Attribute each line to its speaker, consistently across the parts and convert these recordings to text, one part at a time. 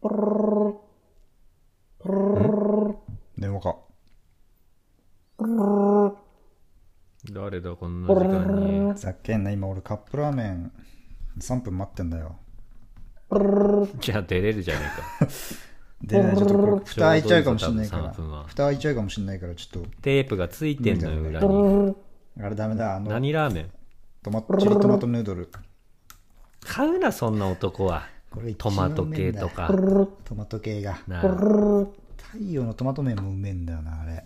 Speaker 1: プルルルルプルルルル
Speaker 2: 電話か。
Speaker 1: プルルルル
Speaker 3: 誰だ、こんな時間に。
Speaker 2: ざっけんな、今俺カップラーメン3分待ってんだよ。
Speaker 1: プルルルルル
Speaker 3: じゃあ出れるじゃねえか。
Speaker 2: でね、ちょっとこれ、蓋開いちゃうかもしんないか
Speaker 3: ちょうどいいぞ多分三分
Speaker 2: ら
Speaker 3: は。
Speaker 2: 蓋開いちゃうかもしんないから、ちょっ
Speaker 3: テープがついてんのよ、
Speaker 2: 無理
Speaker 3: 裏
Speaker 2: だ
Speaker 1: プル
Speaker 3: に。
Speaker 1: ルルル
Speaker 2: と、あれダメだ、あの、
Speaker 3: 何ラーメン
Speaker 2: トマチリトマトヌードル。
Speaker 3: 買うな、そんな男は。
Speaker 2: これ一
Speaker 3: ト
Speaker 2: 番
Speaker 3: マト系とか。
Speaker 2: トマト系が。
Speaker 3: なあ、
Speaker 1: プルルルル
Speaker 2: 太陽のトマト麺もうめえんだよな、あれ。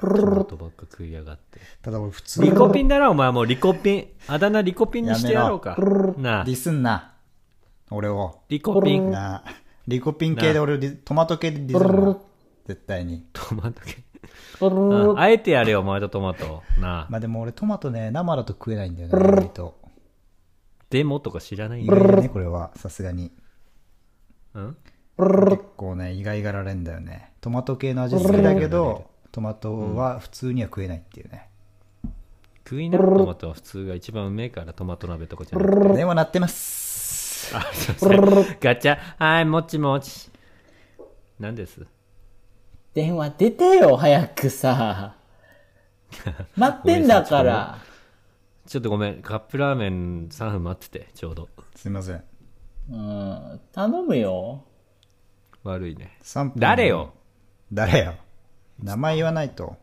Speaker 3: トマトばっか食いやがって。
Speaker 2: ただ俺普通に
Speaker 3: リコピンだろ、お前もうリコピン。あだ名リコピンにしてやろうか。なあ
Speaker 2: デ、ィスんな。俺を。
Speaker 3: リコピン。
Speaker 2: なあリコピン系で俺をディ、トマト系でディスるな。絶対に。
Speaker 3: トマト系。
Speaker 1: プルルルル
Speaker 3: ああえてやれよ、お前とトマト。なあ、
Speaker 2: まあでも俺トマトね、生だと食えないんだよね、割と。
Speaker 3: デモとか知らないん
Speaker 2: 意
Speaker 3: だ
Speaker 2: 外
Speaker 3: よ。
Speaker 2: だね、これは。さすがに。
Speaker 3: うん
Speaker 2: 結構ね、意外がられんだよね。トマト系の味好きだけど、トマトは普通には食えないっていうね。
Speaker 3: 食いなトマトは普通が一番うめえから、トマト鍋とかじゃなくて。
Speaker 2: 電話鳴ってます。
Speaker 3: あ、すいま せんガチャ。はい、もちもち。何です
Speaker 4: 電話出てよ、早く さ。待ってんだから。
Speaker 3: ちょっとごめん、カップラーメン3分待ってて、ちょうど。
Speaker 2: すいません。
Speaker 4: うん、頼むよ。
Speaker 3: 悪いね。
Speaker 2: 3分
Speaker 3: 誰よ
Speaker 2: 誰よ名前言わないと。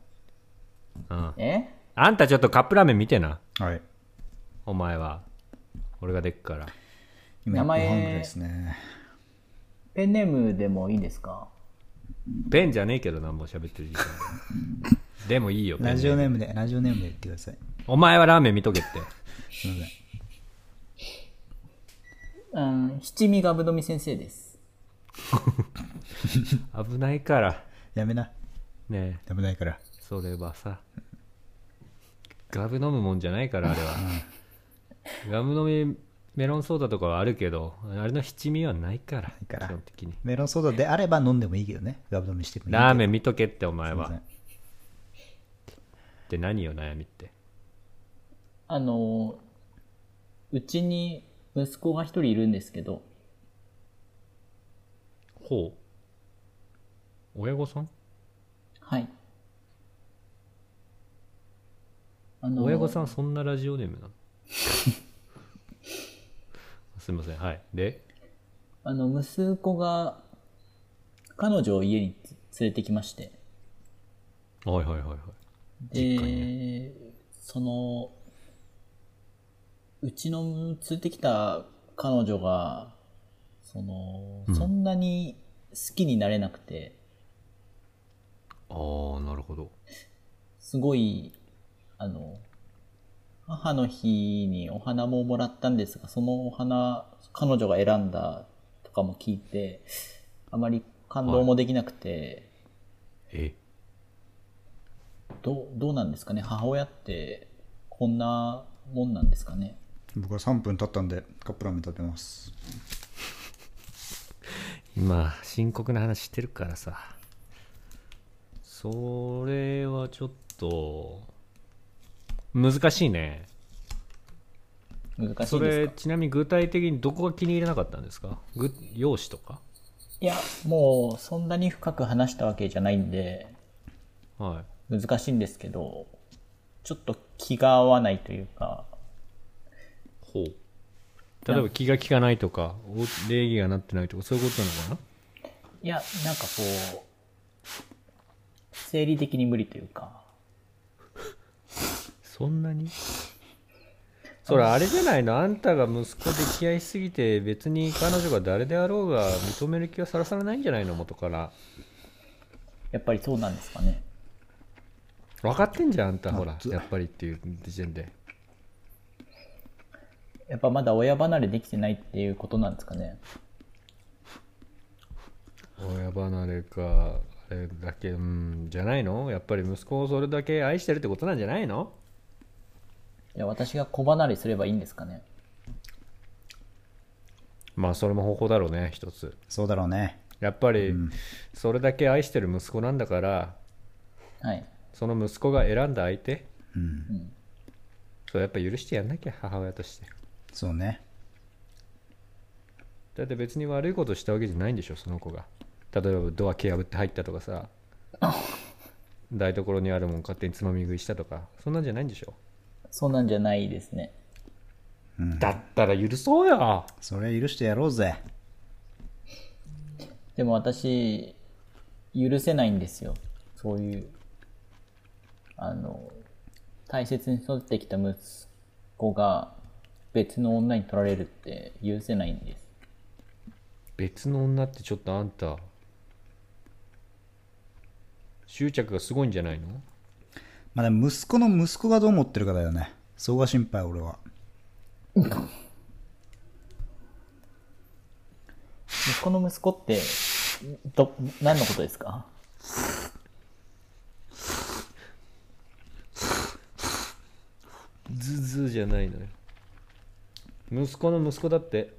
Speaker 3: うん。
Speaker 4: え
Speaker 3: あんたちょっとカップラーメン見てな。
Speaker 2: はい。
Speaker 3: お前は。俺が出っから。
Speaker 2: 今
Speaker 4: 名
Speaker 2: 1分
Speaker 4: 前
Speaker 2: 半ぐらいですね。
Speaker 4: ペンネームでもいいですか
Speaker 3: ペンじゃねえけどな、もう喋ってる時間。でもいいよ、ペン
Speaker 2: ラジオネームで、ラジオネームで言ってください。
Speaker 3: お前はラーメン見とけって。
Speaker 2: すいません。
Speaker 4: うん、七味がぶどみ先生です。
Speaker 3: 危ないから。
Speaker 2: やめな。
Speaker 3: ね
Speaker 2: やめないから。
Speaker 3: え、それはさ。ガブ飲むもんじゃないから、あれは。ガブ飲みメロンソーダとかはあるけど、あれの七味はないから。
Speaker 2: いから
Speaker 3: 基本的に。
Speaker 2: メロンソーダであれば飲んでもいいけどね。ガブ飲みしてもいいけど。
Speaker 3: ラーメン見とけって、お前
Speaker 2: すいませ
Speaker 3: は。
Speaker 2: ん。
Speaker 3: って何よ、悩みって。
Speaker 4: あの、うちに息子が一人いるんですけど、
Speaker 3: ほう。親御さん
Speaker 4: はい。あの
Speaker 3: 親御さんそんなラジオネーム なのすいませんはいで
Speaker 4: あの、息子が、彼女を家に連れてきまして。
Speaker 3: はいはいはいはい
Speaker 4: で、その、うちの連れてきた彼女が、その、そんなに好きになれなくて、
Speaker 3: ああなるほど
Speaker 4: すごい、あの、母の日にお花ももらったんですが、そのお花、彼女が選んだとかも聞いて、あまり感動もできなくて、
Speaker 3: え
Speaker 4: どうどうなんですかね母親って、こんなもんなんですかね
Speaker 2: 僕は3分経ったんで、カップラーメン食べます。
Speaker 3: 今深刻な話してるからさそれはちょっと難しいね
Speaker 4: 難しいですか
Speaker 3: それちなみに具体的にどこが気に入らなかったんですかぐ容姿とか
Speaker 4: いや、もう、そんなに深く話したわけじゃないんで、
Speaker 3: はい
Speaker 4: 難しいんですけど、ちょっと気が合わないというか、
Speaker 3: ほう例えば気が利かないとかお礼儀がなってないとかそういうことなのかない
Speaker 4: や、なんかこう、生理的に無理というか、
Speaker 3: そんなにそれあれじゃないのあんたが息子で気合いしすぎて別に彼女が誰であろうが認める気はさらさらないんじゃないの元から
Speaker 4: やっぱりそうなんですかね。
Speaker 3: 分かってんじゃんあんたほら
Speaker 2: ず
Speaker 3: やっぱりっていう時点で
Speaker 4: やっぱまだ親離れできてないっていうことなんですかね。
Speaker 3: 親離れかあれだけうんじゃないのやっぱり息子をそれだけ愛してるってことなんじゃないの
Speaker 4: いや、私が子離れすればいいんですかね。
Speaker 3: まあそれも方法だろうね一つ
Speaker 2: そうだろうね。
Speaker 3: やっぱりそれだけ愛してる息子なんだから
Speaker 4: はい。
Speaker 3: その息子が選んだ相手
Speaker 2: うん。
Speaker 3: そうやっぱ許してやんなきゃ母親として
Speaker 2: そうね。
Speaker 3: だって別に悪いことしたわけじゃないんでしょその子が例えばドア蹴破って入ったとかさ台所にあるもん勝手につまみ食いしたとかそんなんじゃないんでしょ
Speaker 4: そんなんじゃないですね。
Speaker 3: だったら許そうよ
Speaker 2: それ許してやろうぜ。
Speaker 4: でも私、許せないんですよ。そういう、あの、大切に育ってきた息子が別の女に取られるって許せないんです。
Speaker 3: 別の女ってちょっとあんた執着がすごいんじゃないの
Speaker 2: まあでも息子の息子がどう思ってるかだよね。そこが心配、俺は。
Speaker 4: 息子の息子って、ど、何のことですか
Speaker 3: ズズじゃないのよ息子の息子だって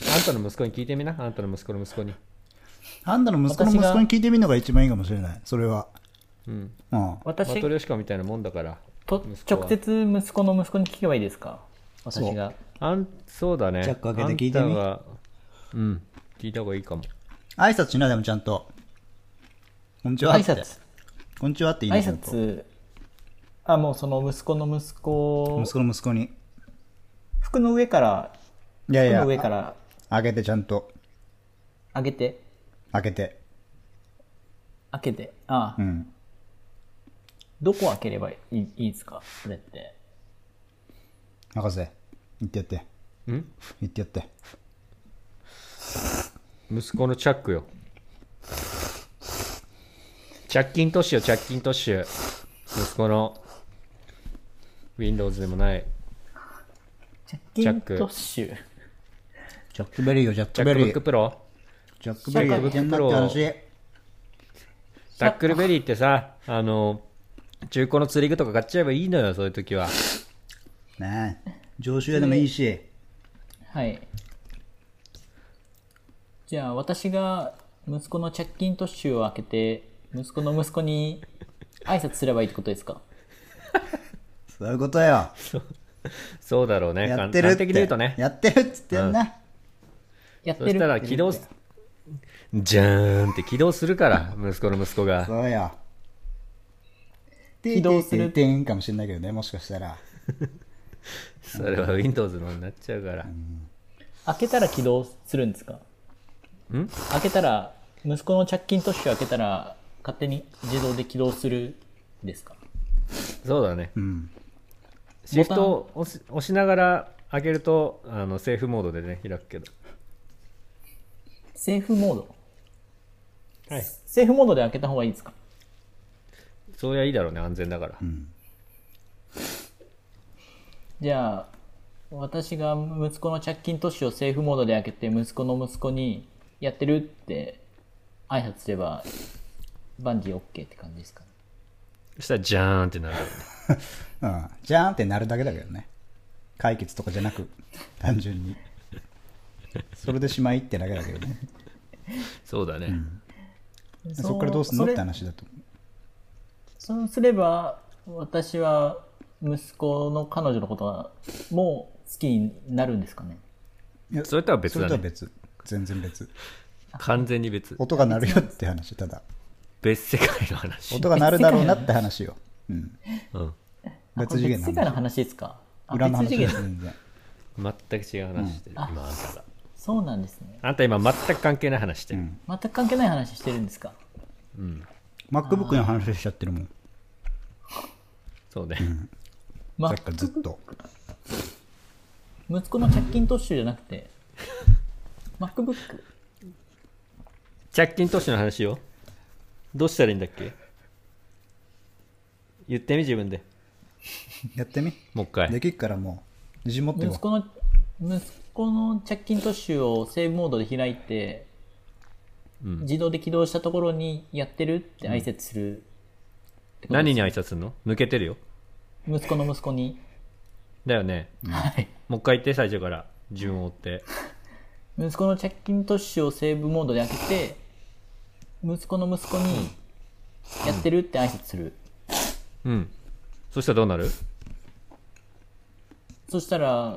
Speaker 3: あんたの息子に聞いてみなあんたの息子の息子に
Speaker 2: あんたの息子の息子に聞いてみるのが一番いいかもしれない。それは。
Speaker 3: うん
Speaker 2: うん。
Speaker 3: マ
Speaker 4: 私
Speaker 3: トリョシカみたいなもんだから
Speaker 4: と
Speaker 3: 息子は
Speaker 4: 直接息子の息子に聞けばいいですか私が。
Speaker 3: あんそうだね
Speaker 2: チャック開けて聞いてみ
Speaker 3: あんたがうん聞いた方がいいかも
Speaker 2: 挨拶しな、でもちゃんと。こんにちは
Speaker 4: 挨
Speaker 2: って。
Speaker 4: 拶。
Speaker 2: こんにちはって言いな
Speaker 4: 挨
Speaker 2: ちゃんと
Speaker 4: 拶。あ、もうその息子の息子、
Speaker 2: 息子の息子に。
Speaker 4: 服の上から、
Speaker 2: いやい
Speaker 4: 服
Speaker 2: や
Speaker 4: の、上から
Speaker 2: 開けてちゃんと。
Speaker 4: 上げて、
Speaker 2: 開けて。
Speaker 4: 開けて。ああ、
Speaker 2: うん。
Speaker 4: どこ開ければいいいいですかそれって。
Speaker 2: 博士、行ってやって。
Speaker 3: ん
Speaker 2: 行ってやって。
Speaker 3: 息子のチャックよチャッキントッシュよチャッキントッシュ息子の Windows でもない
Speaker 4: チャッキ
Speaker 3: チ
Speaker 4: ン
Speaker 3: ャック
Speaker 4: トッシュ。
Speaker 2: ジャックベリーよ、ジャッ
Speaker 3: ジ
Speaker 2: ク
Speaker 3: ャッ
Speaker 2: ベ
Speaker 3: クブ
Speaker 2: リ
Speaker 3: ック
Speaker 2: ー。
Speaker 3: プロ
Speaker 2: ジャックベリーやってんなって話。
Speaker 3: タックルベリーってさあの中古の釣り具とか買っちゃえばいいのよそういう時は
Speaker 2: ねえ。上州屋でもいいし。
Speaker 4: はい。じゃあ私が息子のチャッキントッシュを開けて、息子の息子に挨拶すればいいってことですか
Speaker 2: そういうことよ。
Speaker 3: そうだろうね
Speaker 2: やってるっ
Speaker 3: 的
Speaker 2: て。
Speaker 3: に言うとね
Speaker 2: やってるっつってんな。
Speaker 4: やっ
Speaker 3: そ
Speaker 4: てる
Speaker 3: したら起動すじゃーんって起動するから息子の息子が
Speaker 2: そうよ。
Speaker 4: 起動す
Speaker 2: てんてん
Speaker 4: る
Speaker 2: てんてんかもしれないけどね、もしかしたら。
Speaker 3: それは Windows のになっちゃうから
Speaker 4: 開けたら起動するんですか
Speaker 3: ん
Speaker 4: 開けたら、息子のチャッキントッシュを開けたら、勝手に自動で起動するんですか
Speaker 3: そうだね
Speaker 2: うん。
Speaker 3: シフトを押し押しながら開けるとあのセーフモードでね開くけど
Speaker 4: セーフモード
Speaker 3: はい
Speaker 4: セーフモードで開けた方がいいですか
Speaker 3: そうやいいだろうね安全だから、
Speaker 4: じゃあ、私が息子の借金都市をセーフモードで開けて、息子の息子に、やってるって挨拶すれば、バンジー OK って感じですかね。
Speaker 3: そしたらじゃーんってなる
Speaker 2: うん。じゃーんってなるだけだけどね。解決とかじゃなく、単純に。それでしまいってだけだけどね。
Speaker 3: そうだね、
Speaker 2: そこからどうすんのって話だと思う。
Speaker 4: それそうすれば、私は息子の彼女のことは、もう好きになるんですかね。
Speaker 2: いや
Speaker 3: それとは別
Speaker 2: そ
Speaker 3: だ
Speaker 2: れ
Speaker 3: ね
Speaker 2: とは別。全然別。
Speaker 3: 完全に別
Speaker 2: 音が鳴るよって話、ただ。
Speaker 3: 別世界の話
Speaker 2: 音が鳴るだろうなって話よ。うん。
Speaker 3: うん
Speaker 4: あ
Speaker 2: 別次元の
Speaker 4: これ別世界の
Speaker 2: 話。
Speaker 4: 話ですか。あ
Speaker 2: 裏の話
Speaker 4: 別
Speaker 2: で
Speaker 4: 次
Speaker 2: す、
Speaker 4: 元
Speaker 2: 全然。
Speaker 3: 全く違う話してる、今あんたが
Speaker 4: そうなんですね。
Speaker 3: あんた今全く関係ない話してる、
Speaker 4: 全く関係ない話してるんですか。
Speaker 2: MacBook の話しちゃってるもん。
Speaker 3: そうね、
Speaker 4: ま
Speaker 2: さっきからずっと。
Speaker 4: 息子の借金トッシュじゃな くて、MacBook。
Speaker 3: チャッキントッシュの話をどうしたらいいんだっけ言ってみ自分で
Speaker 2: やってみ。
Speaker 3: もう一回
Speaker 2: できっからもう、自信持って
Speaker 4: 息
Speaker 2: こ
Speaker 4: 子の息子のチャッキントッシュをセーブモードで開いて、
Speaker 3: うん
Speaker 4: 自動で起動したところにやってるって挨拶する、
Speaker 3: 何に挨拶するの抜けてるよ
Speaker 4: 息子の息子に、
Speaker 3: だよね
Speaker 4: はい
Speaker 3: もう一回言って最初から順を追って
Speaker 4: 息子のチャッキントッシュをセーブモードで開けて息子の息子にやってるって挨拶する、
Speaker 3: うんそしたらどうなる
Speaker 4: そしたら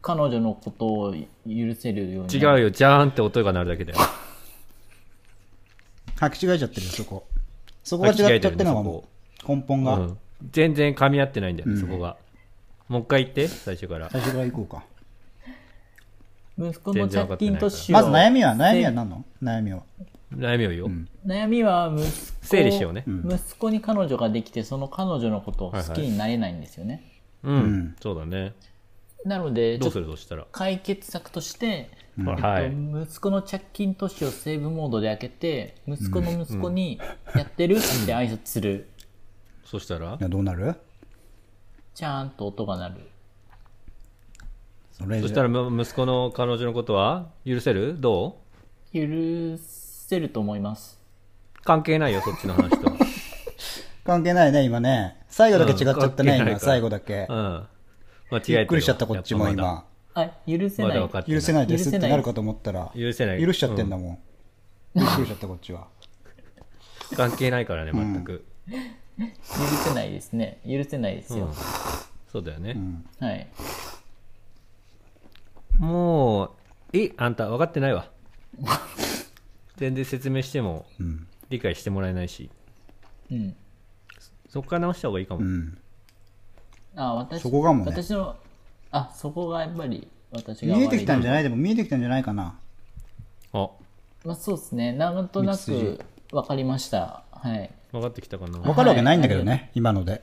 Speaker 4: 彼女のことを許せるように
Speaker 3: 違
Speaker 4: な
Speaker 3: う
Speaker 4: る
Speaker 3: よ、ジャーンって音が鳴るだけだよ。
Speaker 2: 履き違えちゃってるよ、そこ。そこが違っちゃってるのがもう、根本
Speaker 3: う
Speaker 2: が。
Speaker 3: ん、全然噛み合ってないんだよ、そこが。もう一回言って、最初から。
Speaker 2: 最初から行こうか。
Speaker 4: 息子のチャッキンとシュ
Speaker 2: まず悩みは、悩みは何の悩みは。
Speaker 3: 悩みを言おう。
Speaker 4: 悩みは息子
Speaker 3: 整理しようね
Speaker 4: 息子に彼女ができてその彼女のことを好きになれないんですよね、
Speaker 3: うん、
Speaker 2: ん
Speaker 3: そうだね。
Speaker 4: なのでち
Speaker 3: どう
Speaker 4: ょっ
Speaker 3: す
Speaker 4: と
Speaker 3: るとしたら。
Speaker 4: 解決策として、
Speaker 3: ほら
Speaker 4: えっと
Speaker 3: はい。
Speaker 4: 息子のチャッキントッシュをセーブモードで開けて息子の息子に「やってる?」って挨拶する
Speaker 3: そしたら
Speaker 2: いやどうなる
Speaker 4: ちゃんと音が鳴る
Speaker 2: それ
Speaker 3: そし
Speaker 2: じ
Speaker 3: た
Speaker 2: ゃ
Speaker 3: らむ息子の彼女のことは許せるど
Speaker 4: 許せると思います
Speaker 3: う関係ないよ、そっちの話 と
Speaker 2: 関係ないね、今ね。最後だけ違っちゃった
Speaker 3: うん
Speaker 2: ね、
Speaker 3: 関係ないから
Speaker 2: 今、最後だけ。
Speaker 3: は。うん。間違えてる
Speaker 2: び
Speaker 3: わ
Speaker 2: っくりしちゃった、こっちも。
Speaker 3: やぱ
Speaker 2: 今。
Speaker 4: あ許せ
Speaker 3: まだま
Speaker 4: な
Speaker 3: だ
Speaker 4: い
Speaker 3: 分かって
Speaker 2: 許せないですって
Speaker 4: 許せない
Speaker 2: なるかと思ったら、
Speaker 3: 許せない
Speaker 2: 許しちゃってんだもん。びっくりしちゃった、こっちは。
Speaker 3: 関係ないからね、全く。
Speaker 4: 許せないですね許せないです
Speaker 3: う
Speaker 4: よ、
Speaker 3: んそうだよね。
Speaker 4: はい
Speaker 3: もう、いいあんた、分かってない わ。全然説明しても、理解してもらえないし、
Speaker 4: うん
Speaker 3: そこから直した方がいいかも。
Speaker 2: うん。
Speaker 4: あ私
Speaker 2: そこがもね
Speaker 4: 私のあそこがやっぱり私が
Speaker 2: 見えてきたんじ
Speaker 4: ゃ
Speaker 2: ゃないでも見えてきたんじゃないかな。
Speaker 3: あ、
Speaker 4: まあそうですねなんとな
Speaker 2: 道筋
Speaker 4: く分かりましたはい
Speaker 3: 分かってきたかな。
Speaker 2: わかるわけないんだけどね、今ので。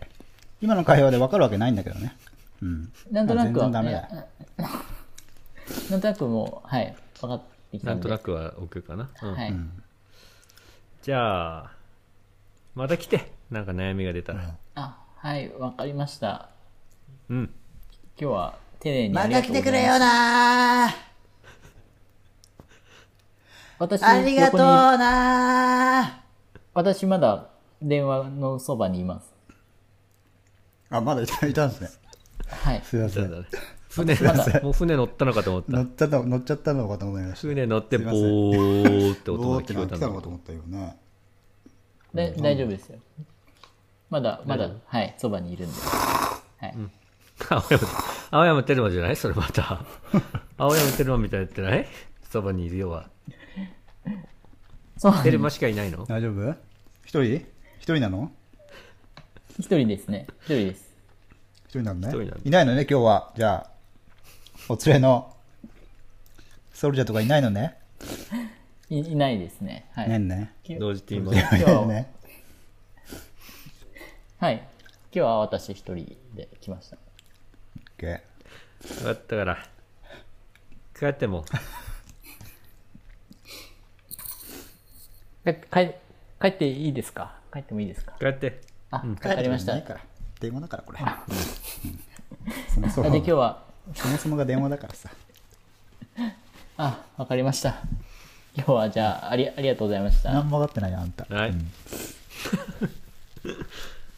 Speaker 2: 今の会話でわかるわけないんだけどね。うん。
Speaker 4: なんとなく
Speaker 2: あ全然
Speaker 4: は
Speaker 2: ダメだよ
Speaker 4: いやうん なんとなくもうはい分かってきた
Speaker 3: なんん
Speaker 4: で
Speaker 3: となくは置くかな。うん
Speaker 4: はい、
Speaker 3: じゃあ、また来て。なんか悩みが出たら。
Speaker 4: あはい分かりました
Speaker 3: うん。
Speaker 4: 今日は丁寧にありがとうございます
Speaker 2: な
Speaker 4: 私横に
Speaker 2: な
Speaker 4: 私まだ電話のそばにいます
Speaker 2: あ、まだいたいたんですね。
Speaker 4: はい
Speaker 2: すいません。
Speaker 3: 船、もう船乗ったのかと思った。
Speaker 2: 乗っちゃった、乗っちゃったのかと思いました。
Speaker 3: 船乗って、
Speaker 2: すい
Speaker 3: ボ
Speaker 2: ません
Speaker 3: ーって音
Speaker 2: どう
Speaker 3: が
Speaker 2: って
Speaker 3: 聞こ
Speaker 2: な
Speaker 3: え
Speaker 2: ったて
Speaker 3: ん
Speaker 2: た
Speaker 3: だ
Speaker 2: のか
Speaker 3: け
Speaker 2: と
Speaker 3: ど。
Speaker 2: 思ったよね。
Speaker 4: だ大丈夫ですよまだまだはいそばにいるんではい、
Speaker 3: 青山、青山テルマじゃないそれまた。青山テルマみたいになってないそばにいるよは。
Speaker 4: そう
Speaker 3: テルマしかいないの
Speaker 2: 大丈夫一人一人なの
Speaker 4: 一人ですね一人です
Speaker 2: 一人なのね
Speaker 3: 一人なの
Speaker 2: いないのね、今日は。じゃあ、お連れの、ソルジャーとかいないのね。
Speaker 4: いいないですねはい
Speaker 2: ねんね。
Speaker 4: き
Speaker 3: 同時ティーンも。
Speaker 2: いないのね。
Speaker 4: はい今日は私一人で来まし
Speaker 2: オ
Speaker 4: た
Speaker 2: ッケー
Speaker 3: 分かったから。帰っても。
Speaker 4: え帰帰っていいですか帰ってもいいですか
Speaker 3: 帰って。
Speaker 4: あ、わかりました
Speaker 2: ない
Speaker 4: あ
Speaker 2: から。電話だから、これ。そもそ
Speaker 4: で
Speaker 2: も
Speaker 4: 今日は
Speaker 2: そもそもが電話だからさ。
Speaker 4: あわかりました今日はじゃあありありがとうございました
Speaker 2: 何も分かってないよ、あんた。
Speaker 3: はい。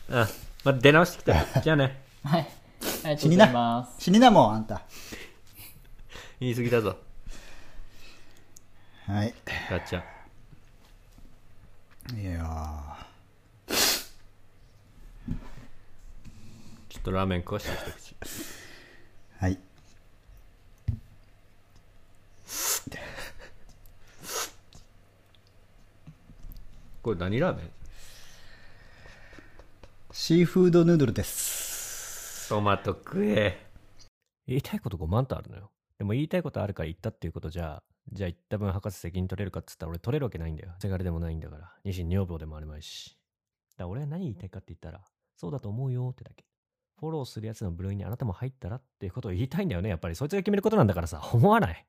Speaker 3: あ、また出直してきた。じゃあね。
Speaker 4: はいありがと
Speaker 2: 死
Speaker 4: う
Speaker 2: に
Speaker 4: ございま
Speaker 2: な
Speaker 4: す。
Speaker 2: 死になもん、あんた。
Speaker 3: 言い過ぎだぞ。
Speaker 2: はい。
Speaker 3: ガッチャ。
Speaker 2: いやー。
Speaker 3: ちょっとラーメン食わしてきた口。
Speaker 2: はい。
Speaker 3: これ何ラーメン
Speaker 2: シーフードヌードルです。
Speaker 3: トマト食え。言いたいこと5万とあるのよ。でも言いたいことあるから言ったっていうことじゃ、じゃあ言った分博士責任取れるかっつったら俺取れるわけないんだよ。せがれでもないんだから。二心女房でもあるまいし。だから俺は何言いたいかって言ったら、そうだと思うよってだけ。フォローするやつの部類にあなたも入ったらっていうことを言いたいんだよね。やっぱりそいつが決めることなんだからさ、思わない。